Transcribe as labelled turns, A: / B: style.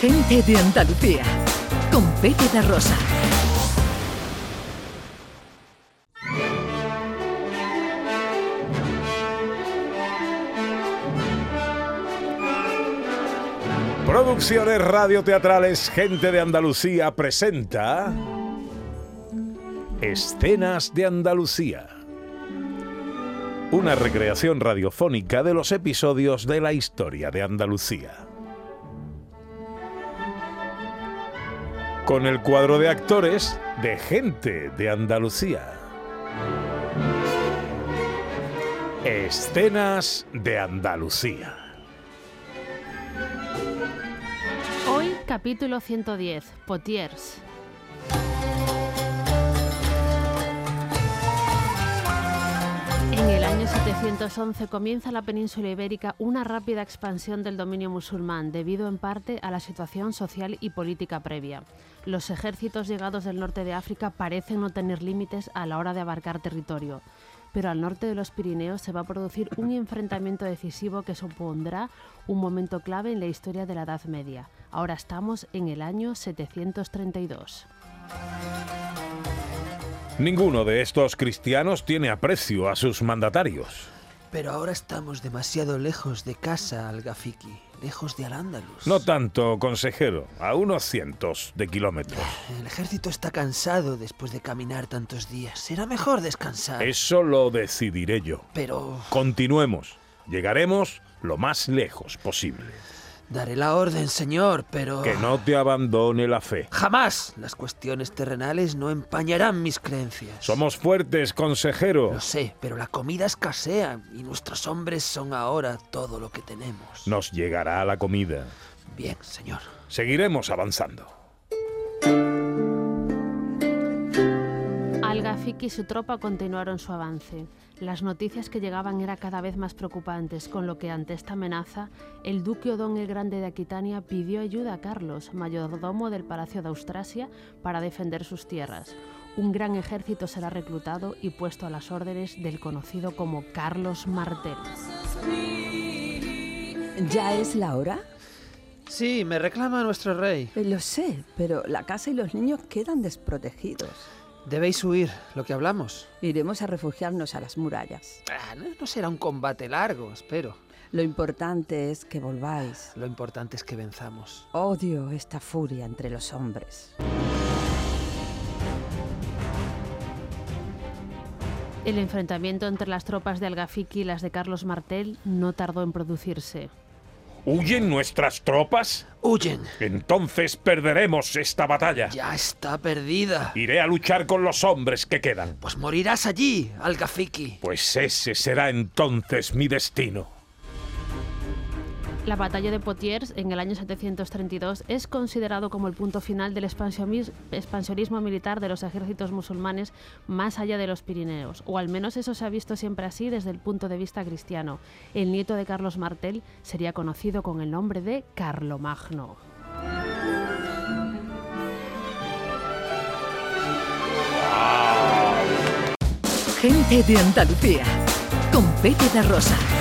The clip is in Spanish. A: Gente de Andalucía, con Pepe da Rosa.
B: Producciones radioteatrales Gente de Andalucía presenta Escenas de Andalucía. Una recreación radiofónica de los episodios de la historia de Andalucía. Con el cuadro de actores de Gente de Andalucía. Escenas de Andalucía.
C: Hoy, capítulo 110, Potiers. En el año 711 comienza en la península ibérica una rápida expansión del dominio musulmán, debido en parte a la situación social y política previa. Los ejércitos llegados del norte de África parecen no tener límites a la hora de abarcar territorio, pero al norte de los Pirineos se va a producir un enfrentamiento decisivo que supondrá un momento clave en la historia de la Edad Media. Ahora estamos en el año 732.
B: Ninguno de estos cristianos tiene aprecio a sus mandatarios.
D: Pero ahora estamos demasiado lejos de casa, Algafiqui, lejos de Al-Ándalus.
B: No tanto, consejero, a unos cientos de kilómetros.
D: El ejército está cansado después de caminar tantos días. Será mejor descansar.
B: Eso lo decidiré yo.
D: Pero
B: Continuemos. Llegaremos lo más lejos posible.
D: daré la orden, señor, pero...
B: Que no te abandone la fe.
D: Jamás las cuestiones terrenales no empañarán mis creencias.
B: Somos fuertes, consejero.
D: Lo sé, pero la comida escasea y nuestros hombres son ahora todo lo que tenemos.
B: Nos llegará la comida.
D: Bien, señor.
B: Seguiremos avanzando.
C: Al-Ghafiqi y su tropa continuaron su avance. Las noticias que llegaban eran cada vez más preocupantes, con lo que ante esta amenaza, el duque Odón el Grande de Aquitania pidió ayuda a Carlos, mayordomo del Palacio de Austrasia, para defender sus tierras. Un gran ejército será reclutado y puesto a las órdenes del conocido como Carlos Martel.
E: ¿Ya es la hora?
D: Sí, me reclama nuestro rey.
E: Eh, Lo sé, pero la casa y los niños quedan desprotegidos.
D: Debéis huir, lo que hablamos.
E: Iremos a refugiarnos a las murallas.
D: Ah, no, no será un combate largo, espero.
E: Lo importante es que volváis.
D: Lo importante es que venzamos.
E: Odio esta furia entre los hombres.
C: El enfrentamiento entre las tropas de Al-Ghafiqi y las de Carlos Martel no tardó en producirse.
B: ¿Huyen nuestras tropas?
D: ¡Huyen!
B: Entonces perderemos esta batalla.
D: Ya está perdida.
B: Iré a luchar con los hombres que quedan.
D: Pues morirás allí, Algafiki.
B: Pues ese será entonces mi destino.
C: La batalla de Potiers en el año 732 es considerado como el punto final del expansionis- expansionismo militar de los ejércitos musulmanes más allá de los Pirineos, o al menos eso se ha visto siempre así desde el punto de vista cristiano. El nieto de Carlos Martel sería conocido con el nombre de Carlomagno.
A: Gente de Andalucía, con Pepe da Rosa.